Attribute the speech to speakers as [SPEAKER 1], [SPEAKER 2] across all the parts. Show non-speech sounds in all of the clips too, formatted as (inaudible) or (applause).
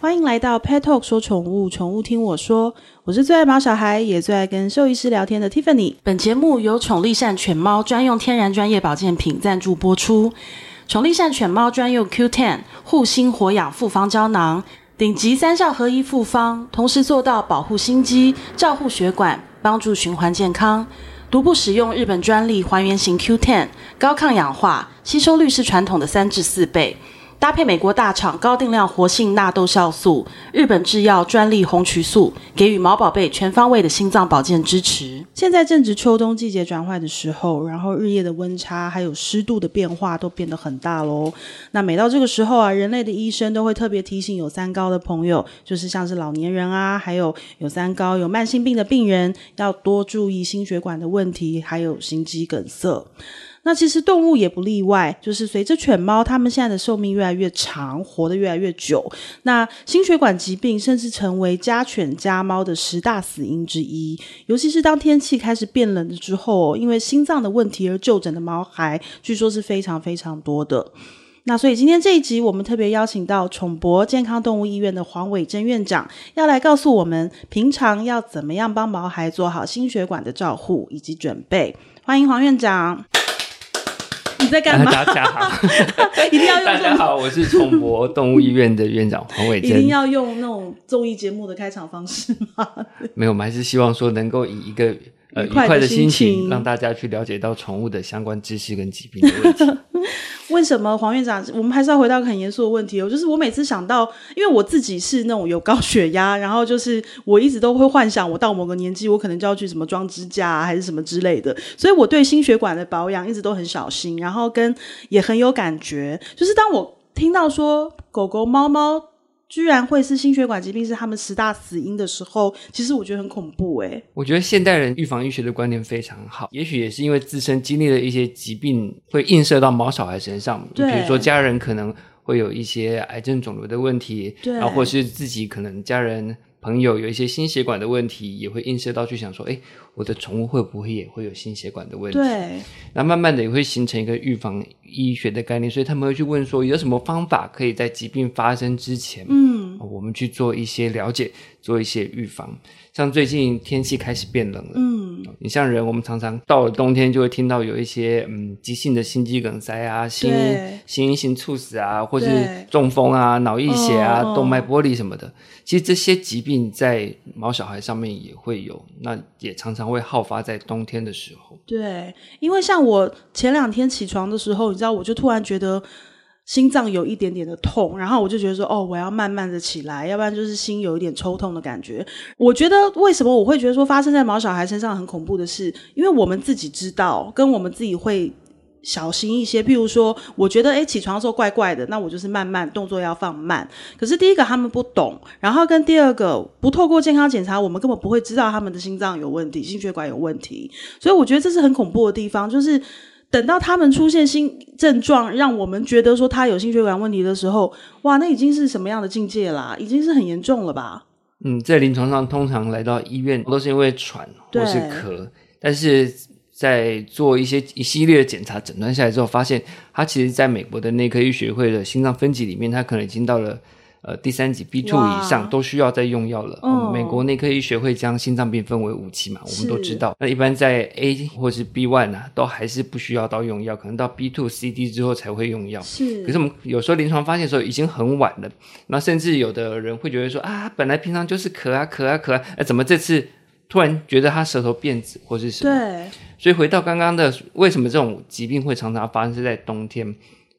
[SPEAKER 1] 欢迎来到 Pet Talk 说宠物，宠物听我说，我是最爱毛小孩，也最爱跟兽医师聊天的 Tiffany。本节目由宠力善犬猫专用天然专业保健品赞助播出。宠力善犬猫专用 Q10 护心活氧复方胶囊，顶级三效合一复方，同时做到保护心肌、照护血管、帮助循环健康。独步使用日本专利还原型 Q10，高抗氧化，吸收率是传统的三至四倍。搭配美国大厂高定量活性纳豆酵素、日本制药专利红曲素，给予毛宝贝全方位的心脏保健支持。现在正值秋冬季节转换的时候，然后日夜的温差还有湿度的变化都变得很大喽。那每到这个时候啊，人类的医生都会特别提醒有三高的朋友，就是像是老年人啊，还有有三高、有慢性病的病人，要多注意心血管的问题，还有心肌梗塞。那其实动物也不例外，就是随着犬猫它们现在的寿命越来越长，活得越来越久，那心血管疾病甚至成为家犬家猫的十大死因之一。尤其是当天气开始变冷了之后、因为心脏的问题而就诊的猫孩，据说是非常非常多的。那所以今天这一集，我们特别邀请到宠博健康动物医院的黄伟珍院长，要来告诉我们平常要怎么样帮毛孩做好心血管的照护以及准备。欢迎黄院长。你在干嘛？
[SPEAKER 2] (laughs) 大
[SPEAKER 1] (laughs)
[SPEAKER 2] 家好，
[SPEAKER 1] 一定要用
[SPEAKER 2] 大
[SPEAKER 1] 这
[SPEAKER 2] 家 (laughs)
[SPEAKER 1] 种，
[SPEAKER 2] 好，我是崇博动物医院的院长黄伟
[SPEAKER 1] 一定
[SPEAKER 2] 珍。
[SPEAKER 1] 要用那种综艺节目的开场方式吗？ (laughs)
[SPEAKER 2] 没有，我们还是希望说能够以一个呃
[SPEAKER 1] 愉
[SPEAKER 2] 愉
[SPEAKER 1] 快的
[SPEAKER 2] 快的心
[SPEAKER 1] 心情
[SPEAKER 2] 情，让大家去了解到宠物的相关知识跟疾病的问
[SPEAKER 1] (laughs)
[SPEAKER 2] 题。
[SPEAKER 1] 为什么黄院长？我们还是要回到很严肃的问题哦，就是我每次想到，因为我自己是那种有高血压，然后就是我一直都会幻想，我到某个年纪，我可能就要去什么装支架啊，还是什么之类的，所以我对心血管的保养一直都很小心，然后跟也很有感觉，就是当我听到说狗狗、猫猫。居然会是心血管疾病是他们十大死因的时候，其实我觉得很恐怖哎、
[SPEAKER 2] 我觉得现代人预防医学的观念非常好，也许也是因为自身经历了一些疾病，会映射到毛小孩身上。比
[SPEAKER 1] 对
[SPEAKER 2] 如说家人可能会有一些癌症、肿瘤的问题，
[SPEAKER 1] 对
[SPEAKER 2] 然后或是自己可能家人。朋友有一些心血管的问题，也会映射到去想说，哎，我的宠物会不会也会有心血管的问题？
[SPEAKER 1] 对，
[SPEAKER 2] 那慢慢的也会形成一个预防医学的概念，所以他们会去问说，有什么方法可以在疾病发生之前，哦
[SPEAKER 1] 嗯，
[SPEAKER 2] 我们去做一些了解，做一些预防。像最近天气开始变冷了，
[SPEAKER 1] 嗯，
[SPEAKER 2] 你像人，我们常常到了冬天就会听到有一些嗯急性的心肌梗塞啊、心
[SPEAKER 1] 对
[SPEAKER 2] 心因性猝死啊，或
[SPEAKER 1] 对
[SPEAKER 2] 是中风啊、脑溢血啊、
[SPEAKER 1] 哦哦
[SPEAKER 2] 动脉剥离什么的。其实这些疾病在毛小孩上面也会有，那也常常会好发在冬天的时候。
[SPEAKER 1] 对，因为像我前两天起床的时候，你知道，我就突然觉得心脏有一点点的痛，然后我就觉得说，哦，我要慢慢的起来，要不然就是心有一点抽痛的感觉。我觉得为什么我会觉得说发生在毛小孩身上很恐怖的是，因为我们自己知道，跟我们自己会。小心一些，譬如说，我觉得诶起床的时候怪怪的，那我就是慢慢动作要放慢。可是第一个他们不懂，然后跟第二个不透过健康检查，我们根本不会知道他们的心脏有问题、心血管有问题。所以我觉得这是很恐怖的地方，就是等到他们出现新症状，让我们觉得说他有心血管问题的时候，哇，那已经是什么样的境界啦？已经是很严重了吧？
[SPEAKER 2] 嗯，在临床上通常来到医院都是因为喘
[SPEAKER 1] 对
[SPEAKER 2] 或是咳，但是在做一些一系列的检查诊断下来之后，发现他其实在美国的内科医学会的心脏分级里面，他可能已经到了呃第三级 B two
[SPEAKER 1] 哇
[SPEAKER 2] 以上都需要再用药了。
[SPEAKER 1] 嗯
[SPEAKER 2] 哦美国内科医学会将心脏病分为五期嘛，我
[SPEAKER 1] 是
[SPEAKER 2] 们都知道。那一般在 A 或是 B one 啊，都还是不需要到用药，可能到 B two C D 之后才会用药。
[SPEAKER 1] 是
[SPEAKER 2] 可是我们有时候临床发现的时候已经很晚了，那甚至有的人会觉得说啊，本来平常就是咳啊咳啊咳啊，呃怎么这次突然觉得他舌头变紫或是什么？
[SPEAKER 1] 对，
[SPEAKER 2] 所以回到刚刚的，为什么这种疾病会常常发生是在冬天？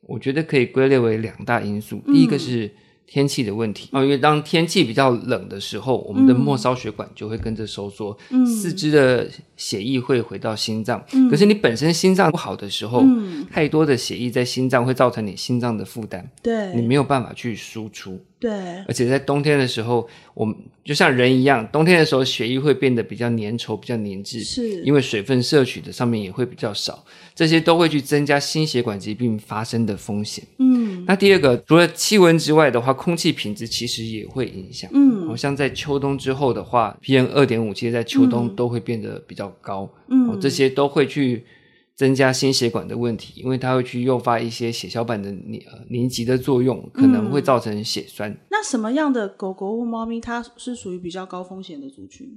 [SPEAKER 2] 我觉得可以归类为两大因素，第一个是天气的问题哦，因为当天气比较冷的时候，我们的末梢血管就会跟着收缩，四肢的血液会回到心脏。可是你本身心脏不好的时候，
[SPEAKER 1] 嗯
[SPEAKER 2] 太多的血液在心脏会造成你心脏的负担，你
[SPEAKER 1] 对，
[SPEAKER 2] 没有办法去输出。
[SPEAKER 1] 对，
[SPEAKER 2] 而且在冬天的时候，我们就像人一样，冬天的时候血液会变得比较粘稠、比较粘滞，
[SPEAKER 1] 是
[SPEAKER 2] 因为水分摄取的上面也会比较少，这些都会去增加心血管疾病发生的风险。
[SPEAKER 1] 嗯，
[SPEAKER 2] 那第二个，除了气温之外的话，空气品质其实也会影响。
[SPEAKER 1] 嗯
[SPEAKER 2] 好像在秋冬之后的话，PM 二点五其实在秋冬都会变得比较高，哦
[SPEAKER 1] 嗯，
[SPEAKER 2] 这些都会去增加心血管的问题，因为它会去诱发一些血小板的凝呃凝集的作用，可能会造成血栓。
[SPEAKER 1] 那什么样的狗狗或猫咪，它是属于比较高风险的族群？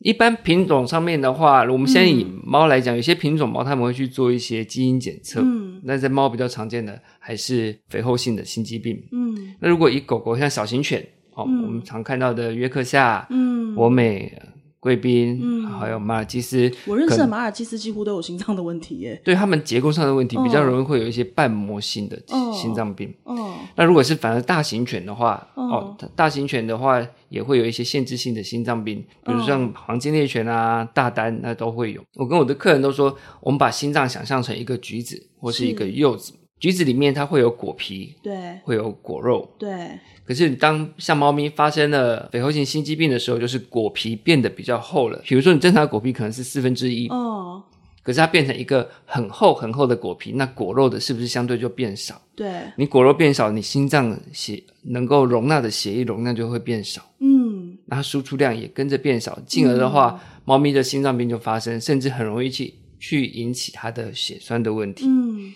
[SPEAKER 2] 一般品种上面的话，我们先以猫来讲，有些品种猫它们会去做一些基因检测，
[SPEAKER 1] 嗯
[SPEAKER 2] 那在猫比较常见的还是肥厚性的心肌病。
[SPEAKER 1] 嗯
[SPEAKER 2] 那如果以狗狗像小型犬，哦，
[SPEAKER 1] 嗯
[SPEAKER 2] 我们常看到的约克夏、
[SPEAKER 1] 嗯，
[SPEAKER 2] 博美、贵宾，
[SPEAKER 1] 嗯
[SPEAKER 2] 还有马尔济斯，
[SPEAKER 1] 我认识
[SPEAKER 2] 可
[SPEAKER 1] 的
[SPEAKER 2] 能
[SPEAKER 1] 马尔济斯几乎都有心脏的问题耶。
[SPEAKER 2] 对它们结构上的问题
[SPEAKER 1] 哦
[SPEAKER 2] 比较容易会有一些瓣膜性的
[SPEAKER 1] 哦
[SPEAKER 2] 心脏病。
[SPEAKER 1] 哦，
[SPEAKER 2] 那如果是反而大型犬的话，
[SPEAKER 1] 哦
[SPEAKER 2] 哦，它大型犬的话也会有一些限制性的心脏病，比如像黄金猎犬啊、大丹那都会有。我跟我的客人都说，我们把心脏想象成一个橘子或是一个柚子，橘子里面它会有果皮，
[SPEAKER 1] 对
[SPEAKER 2] 会有果肉。
[SPEAKER 1] 对，
[SPEAKER 2] 可是当像猫咪发生了肥厚性心肌病的时候，就是果皮变得比较厚了。比如说你正常的果皮可能是四分之一，
[SPEAKER 1] 哦
[SPEAKER 2] 可是它变成一个很厚很厚的果皮，那果肉的是不是相对就变少？
[SPEAKER 1] 对，
[SPEAKER 2] 你果肉变少，你心脏血能够容纳的血液容量就会变少，
[SPEAKER 1] 嗯
[SPEAKER 2] 那它输出量也跟着变少，进而的话，猫咪的心脏病就发生，甚至很容易去去引起它的血栓的问题。
[SPEAKER 1] 嗯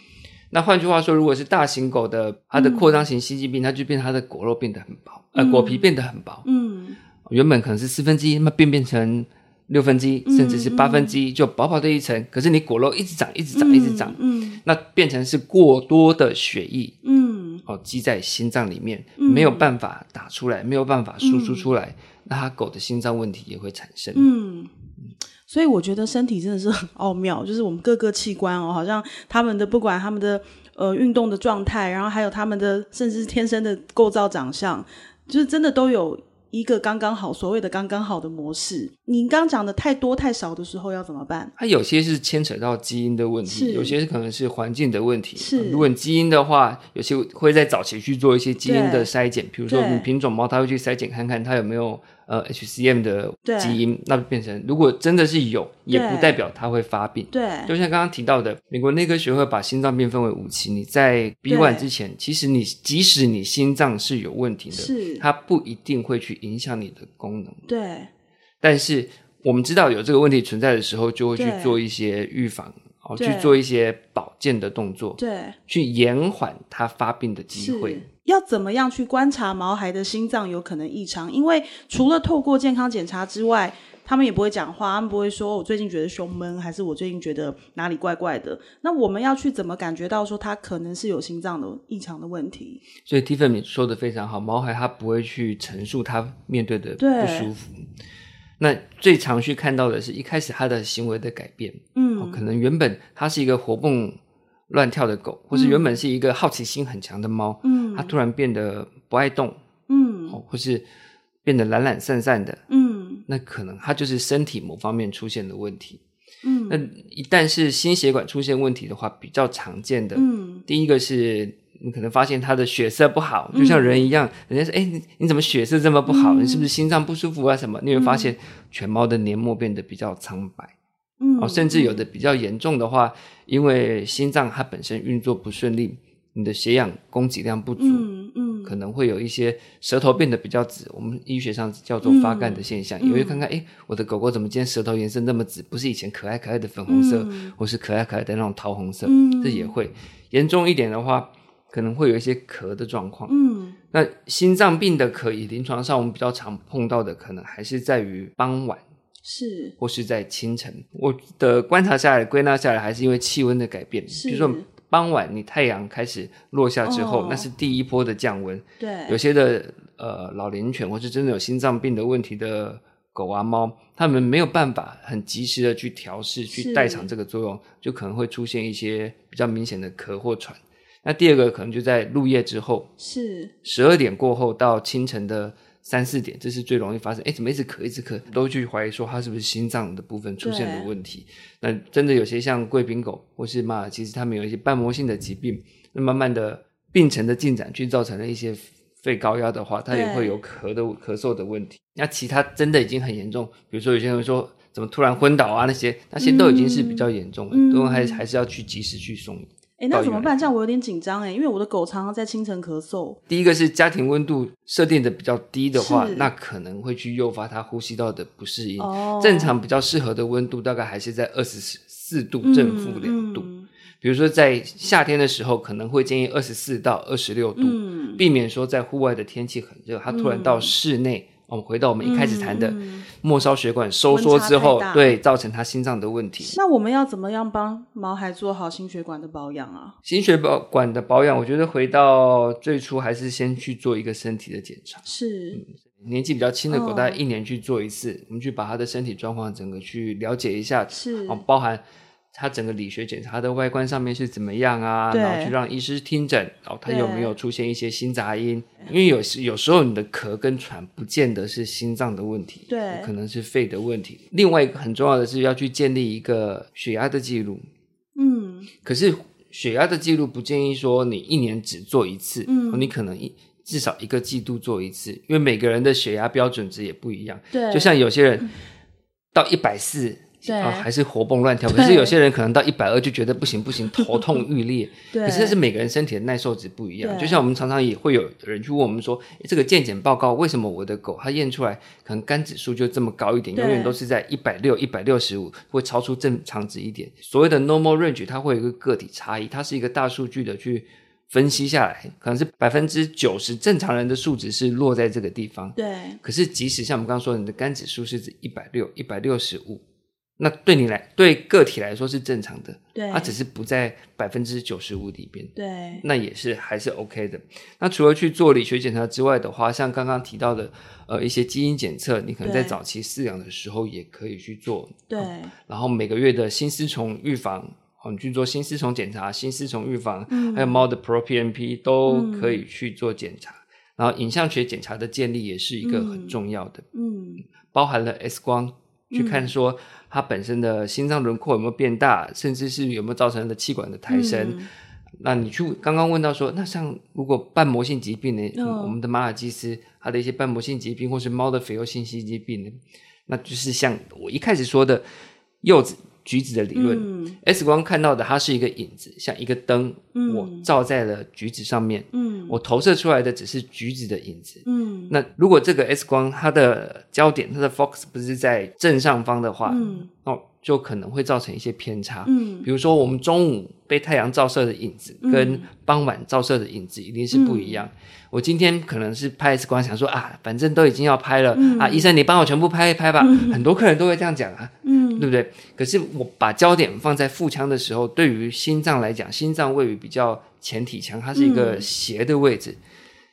[SPEAKER 2] 那换句话说，如果是大型狗的，它的扩张型心肌病，它就变它的果肉变得很薄，呃，果皮变得很薄，
[SPEAKER 1] 嗯
[SPEAKER 2] 原本可能是四分之一，那变变成六分之一，甚至是八分之一，就薄薄的一层。可是你果肉一直长，一直长，一直长，
[SPEAKER 1] 嗯
[SPEAKER 2] 那变成是过多的血液
[SPEAKER 1] 嗯
[SPEAKER 2] 哦，积在心脏里面，
[SPEAKER 1] 嗯
[SPEAKER 2] 没有办法打出来，没有办法输出出来，那它狗的心脏问题也会产生。
[SPEAKER 1] 嗯。所以我觉得身体真的是很奥妙，就是我们各个器官哦，好像他们的不管他们的呃运动的状态，然后还有他们的甚至是天生的构造长相，就是真的都有一个刚刚好所谓的刚刚好的模式。您刚讲的太多太少的时候要怎么办？
[SPEAKER 2] 它有些是牵扯到基因的问
[SPEAKER 1] 是
[SPEAKER 2] 题，有些可能是环境的问题。
[SPEAKER 1] 是
[SPEAKER 2] 如果你基因的话，有些会在早期去做一些基因的
[SPEAKER 1] 对
[SPEAKER 2] 筛检，比如说
[SPEAKER 1] 对
[SPEAKER 2] 我们品种猫，它会去筛检看看它有没有呃 HCM 的
[SPEAKER 1] 对
[SPEAKER 2] 基因，那就变成如果真的是有，也
[SPEAKER 1] 对
[SPEAKER 2] 不代表它会发病。
[SPEAKER 1] 对，
[SPEAKER 2] 就像刚刚提到的，美国内科学会把心脏病分为五期。你在 B
[SPEAKER 1] 对
[SPEAKER 2] one 之前，其实你即使你心脏是有问题的，
[SPEAKER 1] 是，
[SPEAKER 2] 它不一定会去影响你的功能。
[SPEAKER 1] 对，
[SPEAKER 2] 但是我们知道有这个问题存在的时候，就会去
[SPEAKER 1] 对
[SPEAKER 2] 做一些预防，哦，
[SPEAKER 1] 对
[SPEAKER 2] 去做一些保健的动作，
[SPEAKER 1] 对，
[SPEAKER 2] 去延缓它发病的机
[SPEAKER 1] 是
[SPEAKER 2] 会。
[SPEAKER 1] 要怎么样去观察毛孩的心脏有可能异常？因为除了透过健康检查之外，他们也不会讲话，他们不会说哦我最近觉得胸闷，还是我最近觉得哪里怪怪的。那我们要去怎么感觉到说他可能是有心脏的异常的问题？
[SPEAKER 2] 所以 Tiffany 说的非常好，毛孩它不会去陈述它面对的
[SPEAKER 1] 对
[SPEAKER 2] 不舒服。那最常去看到的是一开始它的行为的改变，哦，
[SPEAKER 1] 嗯，
[SPEAKER 2] 可能原本它是一个活蹦乱跳的狗，或是原本是一个好奇心很强的猫，
[SPEAKER 1] 嗯
[SPEAKER 2] 它突然变得不爱动，
[SPEAKER 1] 嗯
[SPEAKER 2] 哦，或是变得懒懒散散的，
[SPEAKER 1] 嗯
[SPEAKER 2] 那可能它就是身体某方面出现了问题。那
[SPEAKER 1] 嗯
[SPEAKER 2] 一旦是心血管出现问题的话，比较常见的，
[SPEAKER 1] 嗯，
[SPEAKER 2] 第一个是。你可能发现它的血色不好，就
[SPEAKER 1] 嗯
[SPEAKER 2] 像人一样，人家说：“哎、你你怎么血色这么不好？你是不是心脏不舒服啊？什么？”你会发现犬猫的黏膜变得比较苍白。
[SPEAKER 1] 嗯
[SPEAKER 2] 哦，甚至有的比较严重的话，因为心脏它本身运作不顺利，你的血氧供给量不足，
[SPEAKER 1] 嗯嗯
[SPEAKER 2] 可能会有一些舌头变得比较紫，我们医学上叫做发干的现象。
[SPEAKER 1] 嗯
[SPEAKER 2] 也会看看，哎，我的狗狗怎么今天舌头颜色那么紫？不是以前可爱可爱的粉红色，
[SPEAKER 1] 嗯
[SPEAKER 2] 或是可爱可爱的那种桃红色，
[SPEAKER 1] 嗯
[SPEAKER 2] 这也会严重一点的话，可能会有一些咳的状况。
[SPEAKER 1] 嗯
[SPEAKER 2] 那心脏病的咳，以临床上我们比较常碰到的，可能还是在于傍晚。
[SPEAKER 1] 是
[SPEAKER 2] 或是在清晨。我的观察下来、归纳下来，还是因为气温的改变。
[SPEAKER 1] 是
[SPEAKER 2] 比如说傍晚你太阳开始落下之后，
[SPEAKER 1] 哦哎
[SPEAKER 2] 那是第一波的降温。有
[SPEAKER 1] 对
[SPEAKER 2] 些的呃老龄犬或是真的有心脏病的问题的狗啊猫，它们没有办法很及时的去调试、去代偿这个作用，就可能会出现一些比较明显的咳或喘。那第二个可能就在入夜之后，
[SPEAKER 1] 是
[SPEAKER 2] 十二点过后到清晨的三四点，这是最容易发生。哎，怎么一直咳一直咳？都去怀疑说它是不是心脏的部分出现了问题。那真的有些像贵宾狗或是马尔济斯，它们有一些瓣膜性的疾病，那慢慢的病程的进展，去造成了一些肺高压的话，它也
[SPEAKER 1] 对
[SPEAKER 2] 会有咳的咳嗽的问题。那其他真的已经很严重，比如说有些人说。怎么突然昏倒啊？那些那些都已经是比较严重的，
[SPEAKER 1] 嗯
[SPEAKER 2] 都还还是要去及时去送医。
[SPEAKER 1] 哎、哎，那
[SPEAKER 2] 啊
[SPEAKER 1] 怎么办？这
[SPEAKER 2] 嗯
[SPEAKER 1] 样我有点紧张哎，因为我的狗常常在清晨咳嗽。
[SPEAKER 2] 第一个是家庭温度设定的比较低的话
[SPEAKER 1] 是，
[SPEAKER 2] 那可能会去诱发它呼吸道的不适应。
[SPEAKER 1] 哦
[SPEAKER 2] 正常比较适合的温度大概还是在二十四度正负两度。
[SPEAKER 1] 嗯
[SPEAKER 2] 比如说在夏天的时候，可能会建议二十四到二十六度，
[SPEAKER 1] 嗯
[SPEAKER 2] 避免说在户外的天气很热，它突然到室内。我们回到我们一开始谈的
[SPEAKER 1] 嗯嗯
[SPEAKER 2] 末梢血管收缩之
[SPEAKER 1] 温
[SPEAKER 2] 后
[SPEAKER 1] 差太大，
[SPEAKER 2] 对造成它心脏的问题。
[SPEAKER 1] 那我们要怎么样帮毛孩做好心血管的保养啊？
[SPEAKER 2] 心血管的保养，我觉得回到最初还是先去做一个身体的检查。
[SPEAKER 1] 是，
[SPEAKER 2] 年纪比较轻的狗，
[SPEAKER 1] 哦
[SPEAKER 2] 大概一年去做一次，我们去把它的身体状况整个去了解一下，
[SPEAKER 1] 是
[SPEAKER 2] 哦，包含它整个理学检查它的外观上面是怎么样啊，
[SPEAKER 1] 对
[SPEAKER 2] 然后去让医师听诊，哦，它
[SPEAKER 1] 对
[SPEAKER 2] 有没有出现一些心杂音？因为有时有时候你的咳跟喘不见得是心脏的问题，
[SPEAKER 1] 对
[SPEAKER 2] 可能是肺的问题。另外一个很重要的是要去建立一个血压的记录，
[SPEAKER 1] 嗯，
[SPEAKER 2] 可是血压的记录不建议说你一年只做一次，哦
[SPEAKER 1] 嗯
[SPEAKER 2] 你可能一至少一个季度做一次，因为每个人的血压标准值也不一样。
[SPEAKER 1] 对，嗯
[SPEAKER 2] 就像有些人到一百四。
[SPEAKER 1] 对
[SPEAKER 2] 啊，还是活蹦乱跳。
[SPEAKER 1] 对
[SPEAKER 2] 可是有些人可能到一百二就觉得不行不行，头痛欲裂。
[SPEAKER 1] 对
[SPEAKER 2] 可是这是每个人身体的耐受值不一样。
[SPEAKER 1] 对
[SPEAKER 2] 就像我们常常也会有人去问我们说，诶这个健检报告为什么我的狗它验出来可能肝指数就这么高一点，
[SPEAKER 1] 对
[SPEAKER 2] 永远都是在一百六、一百六十五，会超出正常值一点。所谓的 normal range，它会有一个个体差异，它是一个大数据的去。分析下来，可能是百分之九十正常人的数值是落在这个地方，
[SPEAKER 1] 对，
[SPEAKER 2] 可是即使像我们刚刚说，你的肝指数是指一百六、一百六十五，那对你来对个体来说是正常的，
[SPEAKER 1] 对，
[SPEAKER 2] 它啊只是嗯不在百分之九十五里边，
[SPEAKER 1] 对，
[SPEAKER 2] 那也是还是 OK 的。那除了去做理学检查之外的话，像刚刚提到的呃一些基因检测，你可能在
[SPEAKER 1] 对
[SPEAKER 2] 早期饲养的时候也可以去做，
[SPEAKER 1] 对，
[SPEAKER 2] 然后每个月的新丝虫预防。我们去做新丝虫检查、新丝虫预防，
[SPEAKER 1] 嗯
[SPEAKER 2] 还有猫的 ProPNP 都可以去做检查。然后影像学检查的建立也是一个很重要的，
[SPEAKER 1] 嗯，
[SPEAKER 2] 包含了 X 光去看说它本身的心脏轮廓有没有变大，甚至是有没有造成了气管的抬升。
[SPEAKER 1] 嗯
[SPEAKER 2] 那你去刚刚问到说，那像如果瓣膜性疾病呢？
[SPEAKER 1] 嗯
[SPEAKER 2] 我们的马尔济斯它的一些瓣膜性疾病，或是猫的肥肉性心肌病呢？那就是像我一开始说的柚子、橘子的理论。
[SPEAKER 1] 嗯
[SPEAKER 2] X 光看到的它是一个影子，像一个灯，
[SPEAKER 1] 嗯
[SPEAKER 2] 我照在了橘子上面，
[SPEAKER 1] 嗯
[SPEAKER 2] 我投射出来的只是橘子的影子。
[SPEAKER 1] 嗯
[SPEAKER 2] 那如果这个 X 光它的焦点，它的 focus 不是在正上方的话，
[SPEAKER 1] 嗯
[SPEAKER 2] 哦，就可能会造成一些偏差。
[SPEAKER 1] 嗯
[SPEAKER 2] 比如说，我们中午被太阳照射的影子
[SPEAKER 1] 嗯
[SPEAKER 2] 跟傍晚照射的影子一定是不一样。我今天可能是拍 X 光，想说啊，反正都已经要拍了、
[SPEAKER 1] 嗯
[SPEAKER 2] 啊，医生你帮我全部拍一拍吧。很多客人都会这样讲啊，
[SPEAKER 1] 嗯
[SPEAKER 2] 对不对？可是我把焦点放在腹腔的时候，对于心脏来讲，心脏位于比较前体腔，它是一个
[SPEAKER 1] 嗯
[SPEAKER 2] 斜的位置，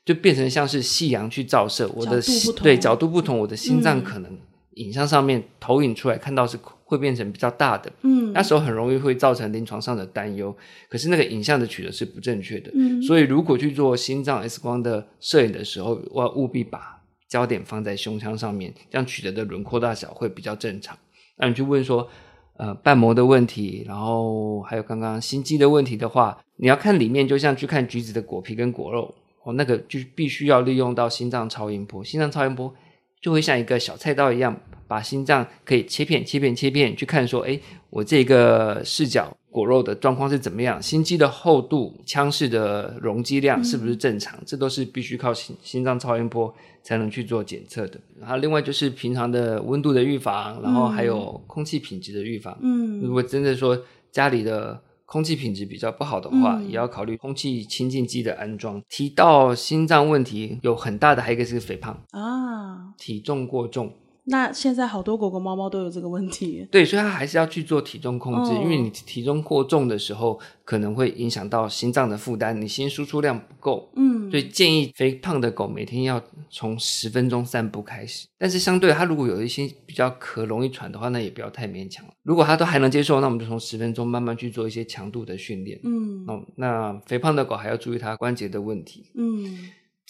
[SPEAKER 2] 就变成像是夕阳去照射，我的
[SPEAKER 1] 角度不
[SPEAKER 2] 心
[SPEAKER 1] 同
[SPEAKER 2] 对角度不同，我的心
[SPEAKER 1] 嗯
[SPEAKER 2] 脏可能影像上面投影出来看到是会变成比较大的，
[SPEAKER 1] 嗯
[SPEAKER 2] 那时候很容易会造成临床上的担忧。可是那个影像的取得是不正确的，
[SPEAKER 1] 嗯
[SPEAKER 2] 所以如果去做心脏 X 光的摄影的时候，我要务必把焦点放在胸腔上面，这样取得的轮廓大小会比较正常。那你去问说，呃，瓣膜的问题，然后还有刚刚心肌的问题的话，你要看里面，就像去看橘子的果皮跟果肉哦，那个就必须要利用到心脏超音波，心脏超音波就会像一个小菜刀一样，把心脏可以切片、切片、切片，去看说，哎，我这个视角果肉的状况是怎么样，心肌的厚度、腔室的容积量是不是正常，这都是必须靠心心脏超音波才能去做检测的。然后另外就是平常的温度的预防，然后还有空气品质的预防。如
[SPEAKER 1] 嗯
[SPEAKER 2] 果真的说家里的空气品质比较不好的话，
[SPEAKER 1] 嗯
[SPEAKER 2] 也要考虑空气清净机的安装。提到心脏问题，有很大的还有一个是肥胖，
[SPEAKER 1] 啊，
[SPEAKER 2] 体重过重。
[SPEAKER 1] 那现在好多狗狗、猫猫都有这个问题。
[SPEAKER 2] 对，所以它还是要去做体重控制，
[SPEAKER 1] 哦
[SPEAKER 2] 因为你体重过重的时候，可能会影响到心脏的负担，你心输出量不够。
[SPEAKER 1] 嗯，
[SPEAKER 2] 所以建议肥胖的狗每天要从十分钟散步开始，但是相对它如果有一些比较咳、容易喘的话，那也不要太勉强了。如果它都还能接受，那我们就从十分钟慢慢去做一些强度的训练。
[SPEAKER 1] 嗯
[SPEAKER 2] 哦，那肥胖的狗还要注意它关节的问题。
[SPEAKER 1] 嗯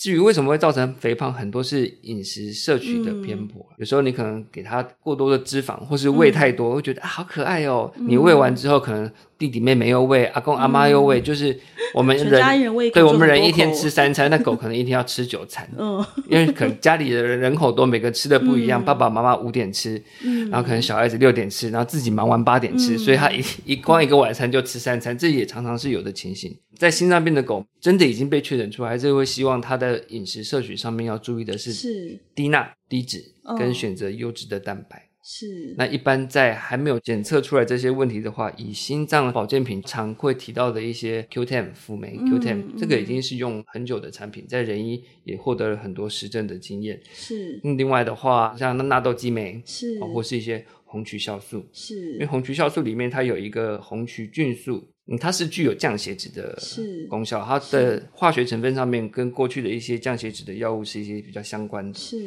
[SPEAKER 2] 至于为什么会造成肥胖，很多是饮食摄取的
[SPEAKER 1] 嗯
[SPEAKER 2] 偏颇。啊有时候你可能给它过多的脂肪，或是
[SPEAKER 1] 嗯
[SPEAKER 2] 喂太多，会觉得、啊、好可爱哦。你喂完之后，可能弟弟妹妹又喂，阿公阿妈又喂，就是我们
[SPEAKER 1] 嗯全家
[SPEAKER 2] 人
[SPEAKER 1] 人胃口
[SPEAKER 2] 对
[SPEAKER 1] 就
[SPEAKER 2] 我们
[SPEAKER 1] 很
[SPEAKER 2] 人
[SPEAKER 1] 多
[SPEAKER 2] 一天
[SPEAKER 1] 口
[SPEAKER 2] 吃三餐，那狗可能一天要吃九餐。
[SPEAKER 1] (laughs) 嗯，
[SPEAKER 2] 因为可能家里的人人口多，每个吃的不一样，爸爸妈妈五点吃，然后可能小孩子六点吃，然后自己忙完八点吃，所以他一一 (laughs) 光一个晚餐就吃三餐，这也常常是有的情形。在心脏病的狗真的已经被确诊出来，还是会希望它的饮食摄取上面要注意的是
[SPEAKER 1] 是
[SPEAKER 2] 低钠、低脂
[SPEAKER 1] 嗯
[SPEAKER 2] 跟选择优质的蛋白。
[SPEAKER 1] 是，
[SPEAKER 2] 那一般在还没有检测出来这些问题的话，以心脏保健品常会提到的一些 Q10 辅酶
[SPEAKER 1] 嗯
[SPEAKER 2] Q10，、
[SPEAKER 1] 嗯
[SPEAKER 2] 这个已经是用很久的产品，在人医也获得了很多实证的经验。
[SPEAKER 1] 是
[SPEAKER 2] 嗯，另外的话，像那纳豆激酶，
[SPEAKER 1] 是
[SPEAKER 2] 哦，或是一些红曲酵素，因为
[SPEAKER 1] 是
[SPEAKER 2] 红曲酵素里面它有一个红曲菌素，嗯，它是具有降血脂的
[SPEAKER 1] 是
[SPEAKER 2] 功效，它的化学成分上面跟过去的一些降血脂的药物是一些比较相关的，
[SPEAKER 1] 是，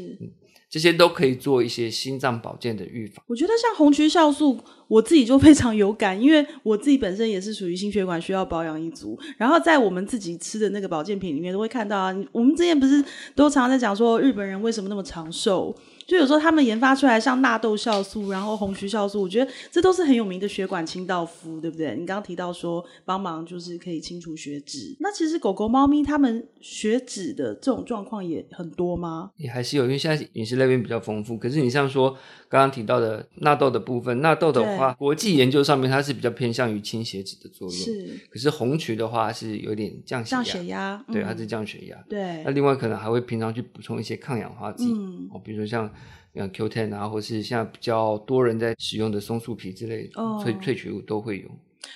[SPEAKER 2] 这些都可以做一些心脏保健的预防。
[SPEAKER 1] 我觉得像红曲酵素，我自己就非常有感，因为我自己本身也是属于心血管需要保养一族。然后在我们自己吃的那个保健品里面，都会看到啊。我们之前不是都常在讲说，日本人为什么那么长寿？就有时候他们研发出来像纳豆酵素，然后红曲酵素，我觉得这都是很有名的血管清道夫，对不对？你刚刚提到说帮忙就是可以清除血脂，那其实狗狗、猫咪它们血脂的这种状况也很多吗？
[SPEAKER 2] 也还是有，因为现在饮食类别比较丰富。可是你像说刚刚提到的纳豆的部分，纳豆的话，国际研究上面它是比较偏向于清血脂的作用，
[SPEAKER 1] 是
[SPEAKER 2] 可是红曲的话是有点降血
[SPEAKER 1] 像
[SPEAKER 2] 压，
[SPEAKER 1] 血压，
[SPEAKER 2] 对，
[SPEAKER 1] 嗯
[SPEAKER 2] 它是降血压。
[SPEAKER 1] 对
[SPEAKER 2] 那，另外可能还会平常去补充一些抗氧化剂，
[SPEAKER 1] 嗯
[SPEAKER 2] 哦，比如说像呃 Q10 啊，或是像比较多人在使用的松树皮之类的、
[SPEAKER 1] 哦
[SPEAKER 2] 萃萃取物都会有。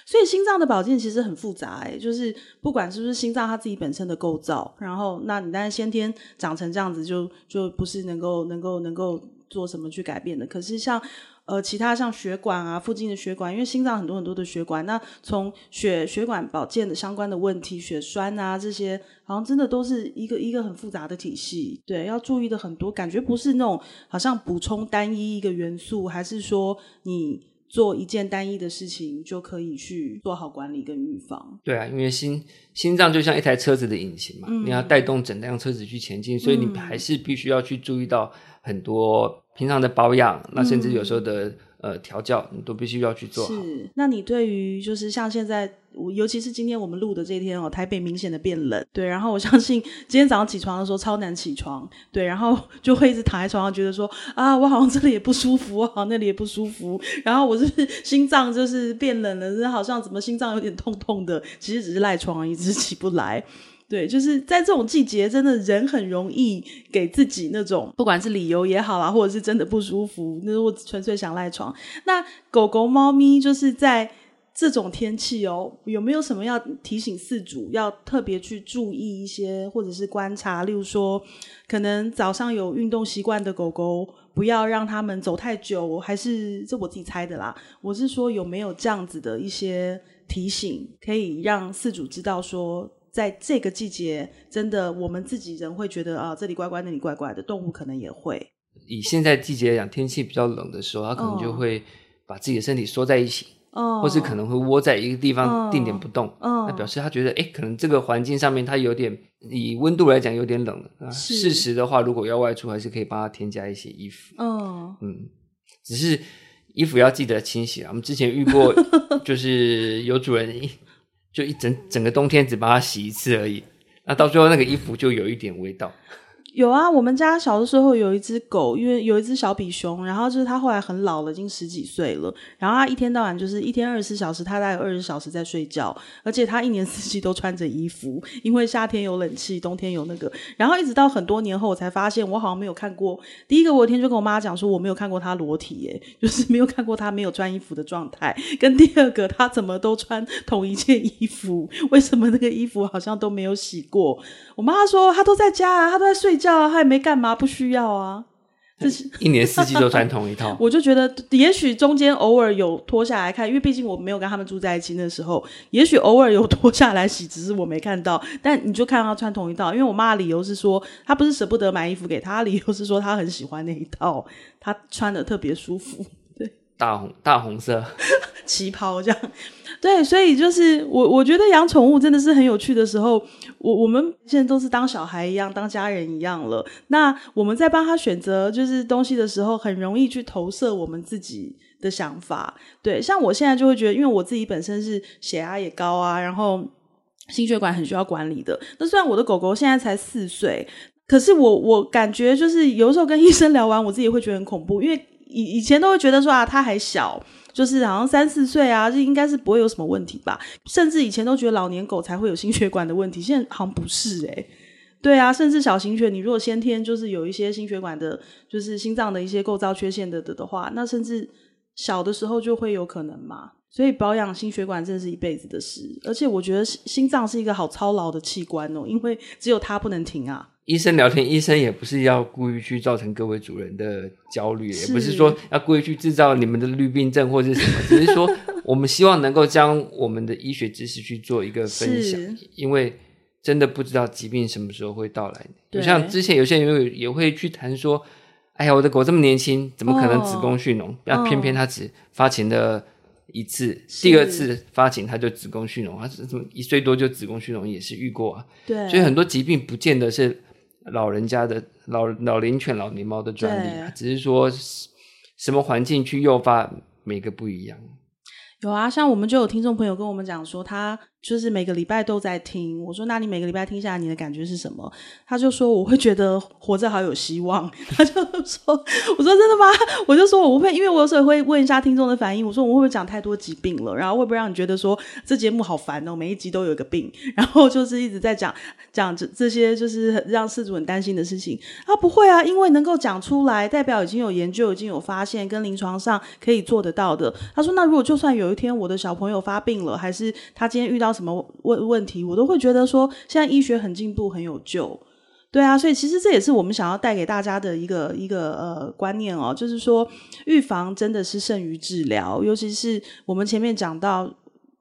[SPEAKER 1] 所以心脏的保健其实很复杂、欸，就是不管是不是心脏它自己本身的构造，然后那你当然先天长成这样子就，就不是能够能够能够做什么去改变的。可是像呃其他像血管啊附近的血管，因为心脏很多很多的血管，那从血血管保健的相关的问题，血栓啊这些，好像真的都是一个一个很复杂的体系，对，要注意的很多，感觉不是那种好像补充单一一个元素，还是说你做一件单一的事情就可以去做好管理跟预防？
[SPEAKER 2] 对啊，因为心心脏就像一台车子的引擎嘛，你要
[SPEAKER 1] 嗯
[SPEAKER 2] 带动整辆车子去前进，所以你还是必须要去注意到很多平常的保养，那甚至有时候的呃调教，你都必须要去做好。
[SPEAKER 1] 嗯是，那你对于就是像现在，我尤其是今天我们录的这一天哦，台北明显的变冷，对，然后我相信今天早上起床的时候超难起床，对，然后就会一直躺在床上觉得说啊，我好像这里也不舒服，我好像那里也不舒服，然后我是不是心脏就是变冷了，就是好像怎么心脏有点痛痛的，其实只是赖床而已，只是起不来。对，就是在这种季节，真的人很容易给自己那种，不管是理由也好啦，啊或者是真的不舒服，那我纯粹想赖床。那狗狗、猫咪就是在这种天气哦，有没有什么要提醒饲主要特别去注意一些，或者是观察？例如说，可能早上有运动习惯的狗狗，不要让它们走太久，还是这我自己猜的啦。我是说，有没有这样子的一些提醒，可以让饲主知道说？在这个季节，真的我们自己人会觉得啊，这里乖乖，那里怪怪的，动物可能也会。
[SPEAKER 2] 以现在季节来讲，天气比较冷的时候，它可能就
[SPEAKER 1] 哦
[SPEAKER 2] 会把自己的身体缩在一起，
[SPEAKER 1] 哦，
[SPEAKER 2] 或是可能会窝在一个地方
[SPEAKER 1] 哦
[SPEAKER 2] 定点不动。
[SPEAKER 1] 嗯，
[SPEAKER 2] 那表示他觉得，哎、可能这个环境上面它有点，以温度来讲有点冷了。那
[SPEAKER 1] 是
[SPEAKER 2] 事实的话，如果要外出，还是可以帮他添加一些衣服。
[SPEAKER 1] 嗯，
[SPEAKER 2] 嗯，只是衣服要记得清洗啊。我们之前遇过，就是有主人一就一整整个冬天只把它洗一次而已，那到最后那个衣服就有一点味道。
[SPEAKER 1] 有啊，我们家小的时候有一只狗，因为有一只小比熊，然后就是它后来很老了，已经十几岁了，然后它一天到晚就是一天二十四小时，它大概有二十小时在睡觉，而且它一年四季都穿着衣服，因为夏天有冷气，冬天有那个，然后一直到很多年后我才发现，我好像没有看过。第一个，我有一天就跟我妈讲说，我没有看过她裸体，耶，就是没有看过她没有穿衣服的状态。跟第二个，她怎么都穿同一件衣服，为什么那个衣服好像都没有洗过？我妈说她都在家啊，她都在睡觉啊，她也没干嘛，不需要啊。，
[SPEAKER 2] 一年四季都穿同一套
[SPEAKER 1] 我就觉得，也许中间偶尔有脱下来看，因为毕竟我没有跟他们住在一起那时候，也许偶尔有脱下来洗，只是我没看到。但你就看到她穿同一套，因为我妈的理由是说，她不是舍不得买衣服给她，她理由是说她很喜欢那一套，她穿的特别舒服。
[SPEAKER 2] 大红大红色，
[SPEAKER 1] 旗袍这样。 (laughs) 对，所以就是我我觉得养宠物真的是很有趣的时候，我我们现在都是当小孩一样，当家人一样了。那我们在帮他选择就是东西的时候，很容易去投射我们自己的想法。对，像我现在就会觉得，因为我自己本身是血压也高啊，然后心血管很需要管理的。那虽然我的狗狗现在才四岁，可是我我感觉就是有时候跟医生聊完，我自己会觉得很恐怖，因为以以前都会觉得说啊，它还小。就是好像三四岁啊，这应该是不会有什么问题吧？甚至以前都觉得老年狗才会有心血管的问题，现在好像不是诶、对啊，甚至小型犬，你如果先天就是有一些心血管的，就是心脏的一些构造缺陷的的的话，那甚至小的时候就会有可能嘛。所以保养心血管真的是一辈子的事，而且我觉得心心脏是一个好操劳的器官哦，因为只有它不能停啊。
[SPEAKER 2] 医生聊天，医生也不是要故意去造成各位主人的焦虑，
[SPEAKER 1] 是
[SPEAKER 2] 也不是说要故意去制造你们的绿病症或
[SPEAKER 1] (laughs)
[SPEAKER 2] 者是什么，只是说我们希望能够将我们的医学知识去做一个分享
[SPEAKER 1] 是，
[SPEAKER 2] 因为真的不知道疾病什么时候会到来。
[SPEAKER 1] 对
[SPEAKER 2] 就像之前有些人也也会去谈说，哎呀，我的狗这么年轻，怎么可能子宫蓄脓？
[SPEAKER 1] 哦
[SPEAKER 2] 那、偏偏它只发情的一次，
[SPEAKER 1] 是
[SPEAKER 2] 第二次发情它就子宫蓄脓，它是怎么一岁多就子宫蓄脓也是遇过啊。
[SPEAKER 1] 对，
[SPEAKER 2] 所以很多疾病不见得是老人家的老老龄犬、老龄猫的专利、啊，只是说是什么环境去诱发，每个不一样。
[SPEAKER 1] 有啊，像我们就有听众朋友跟我们讲说，他就是每个礼拜都在听。我说，那你每个礼拜听下来，你的感觉是什么？他就说，我会觉得活着好有希望。他就说，我说真的吗？我就说我会，因为我有时候会问一下听众的反应，我说我会不会讲太多疾病了，然后会不会让你觉得说这节目好烦哦，每一集都有一个病， (laughs) 然后就是一直在讲讲这这些就是很让事主很担心的事情。啊，不会啊，因为能够讲出来，代表已经有研究，已经有发现，跟临床上可以做得到的。他说，那如果就算有一天我的小朋友发病了，还是他今天遇到什么问问题，我都会觉得说，现在医学很进步，很有救。对啊，所以其实这也是我们想要带给大家的一个一个呃观念哦，就是说预防真的是胜于治疗，尤其是我们前面讲到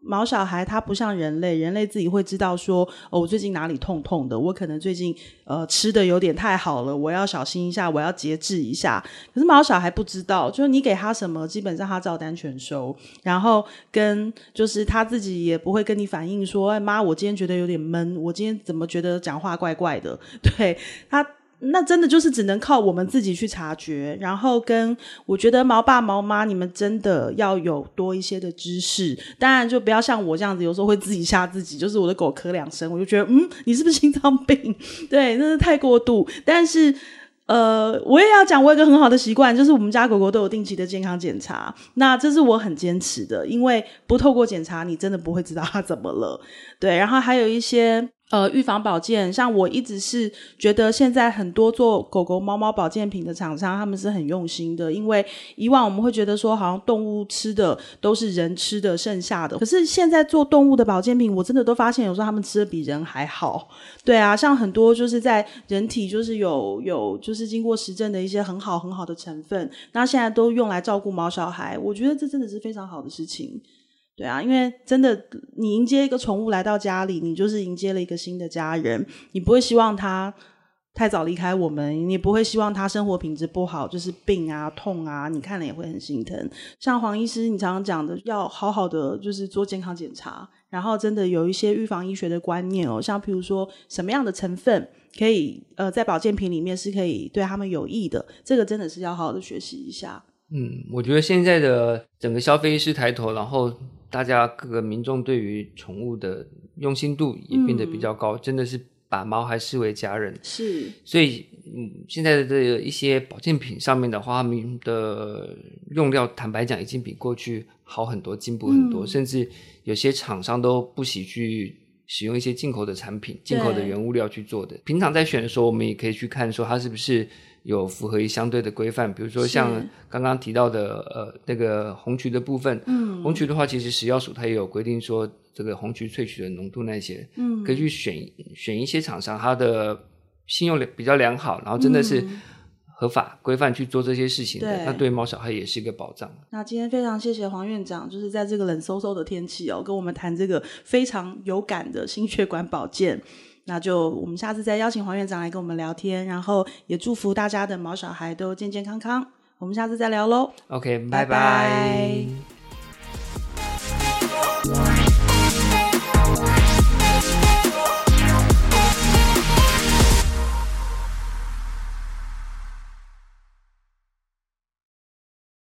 [SPEAKER 1] 毛小孩他不像人类，人类自己会知道说，哦，我最近哪里痛痛的，我可能最近呃吃的有点太好了，我要小心一下，我要节制一下。可是毛小孩不知道，就是你给他什么，基本上他照单全收，然后跟就是他自己也不会跟你反映说，哎妈，我今天觉得有点闷，我今天怎么觉得讲话怪怪的？ (laughs) 对他。那真的就是只能靠我们自己去察觉，然后跟我觉得毛爸毛妈，你们真的要有多一些的知识，当然就不要像我这样子，有时候会自己吓自己，就是我的狗咳两声，我就觉得嗯，你是不是心脏病？ (laughs) 对，那是太过度。但是呃，我也要讲，我有一个很好的习惯，就是我们家狗狗都有定期的健康检查，那这是我很坚持的，因为不透过检查，你真的不会知道它怎么了。对，然后还有一些呃预防保健，像我一直是觉得现在很多做狗狗、猫猫保健品的厂商，他们是很用心的，因为以往我们会觉得说好像动物吃的都是人吃的剩下的，可是现在做动物的保健品，我真的都发现有时候他们吃的比人还好。对啊，像很多就是在人体就是有有就是经过实证的一些很好很好的成分，那现在都用来照顾毛小孩，我觉得这真的是非常好的事情。对啊，因为真的，你迎接一个宠物来到家里，你就是迎接了一个新的家人，你不会希望它太早离开我们，你也不会希望它生活品质不好，就是病啊、痛啊，你看了也会很心疼。像黄医师，你常常讲的，要好好的就是做健康检查，然后真的有一些预防医学的观念哦，像譬如说什么样的成分可以呃在保健品里面是可以对他们有益的，这个真的是要好好的学习一下。
[SPEAKER 2] 嗯，我觉得现在的整个消费意识抬头，然后大家各个民众对于宠物的用心度也变得比较高，真的是把毛孩视为家人。
[SPEAKER 1] 是，
[SPEAKER 2] 所以，嗯，现在的这个一些保健品上面的话，他们的用料，坦白讲，已经比过去好很多，进步很多，
[SPEAKER 1] 嗯
[SPEAKER 2] 甚至有些厂商都不惜去使用一些进口的产品、进口的
[SPEAKER 1] 对
[SPEAKER 2] 原物料去做的。平常在选的时候，我们也可以去看说它是不是有符合一相对的规范，比如说
[SPEAKER 1] 是
[SPEAKER 2] 像刚刚提到的，呃，那个红曲的部分，
[SPEAKER 1] 嗯
[SPEAKER 2] 红曲的话，其实食药署它也有规定说，这个红曲萃取的浓度那些，
[SPEAKER 1] 嗯
[SPEAKER 2] 可以去选选一些厂商，它的信用比较良好，然后真的是
[SPEAKER 1] 嗯
[SPEAKER 2] 合法规范去做这些事情的，
[SPEAKER 1] 对
[SPEAKER 2] 那对猫小孩也是一个保障。
[SPEAKER 1] 那今天非常谢谢黄院长，就是在这个冷飕飕的天气哦，跟我们谈这个非常有感的心血管保健。那就我们下次再邀请黄院长来跟我们聊天，然后也祝福大家的毛小孩都健健康康。我
[SPEAKER 2] 我们下次再聊喽。
[SPEAKER 1] OK，拜
[SPEAKER 2] 拜拜
[SPEAKER 1] 拜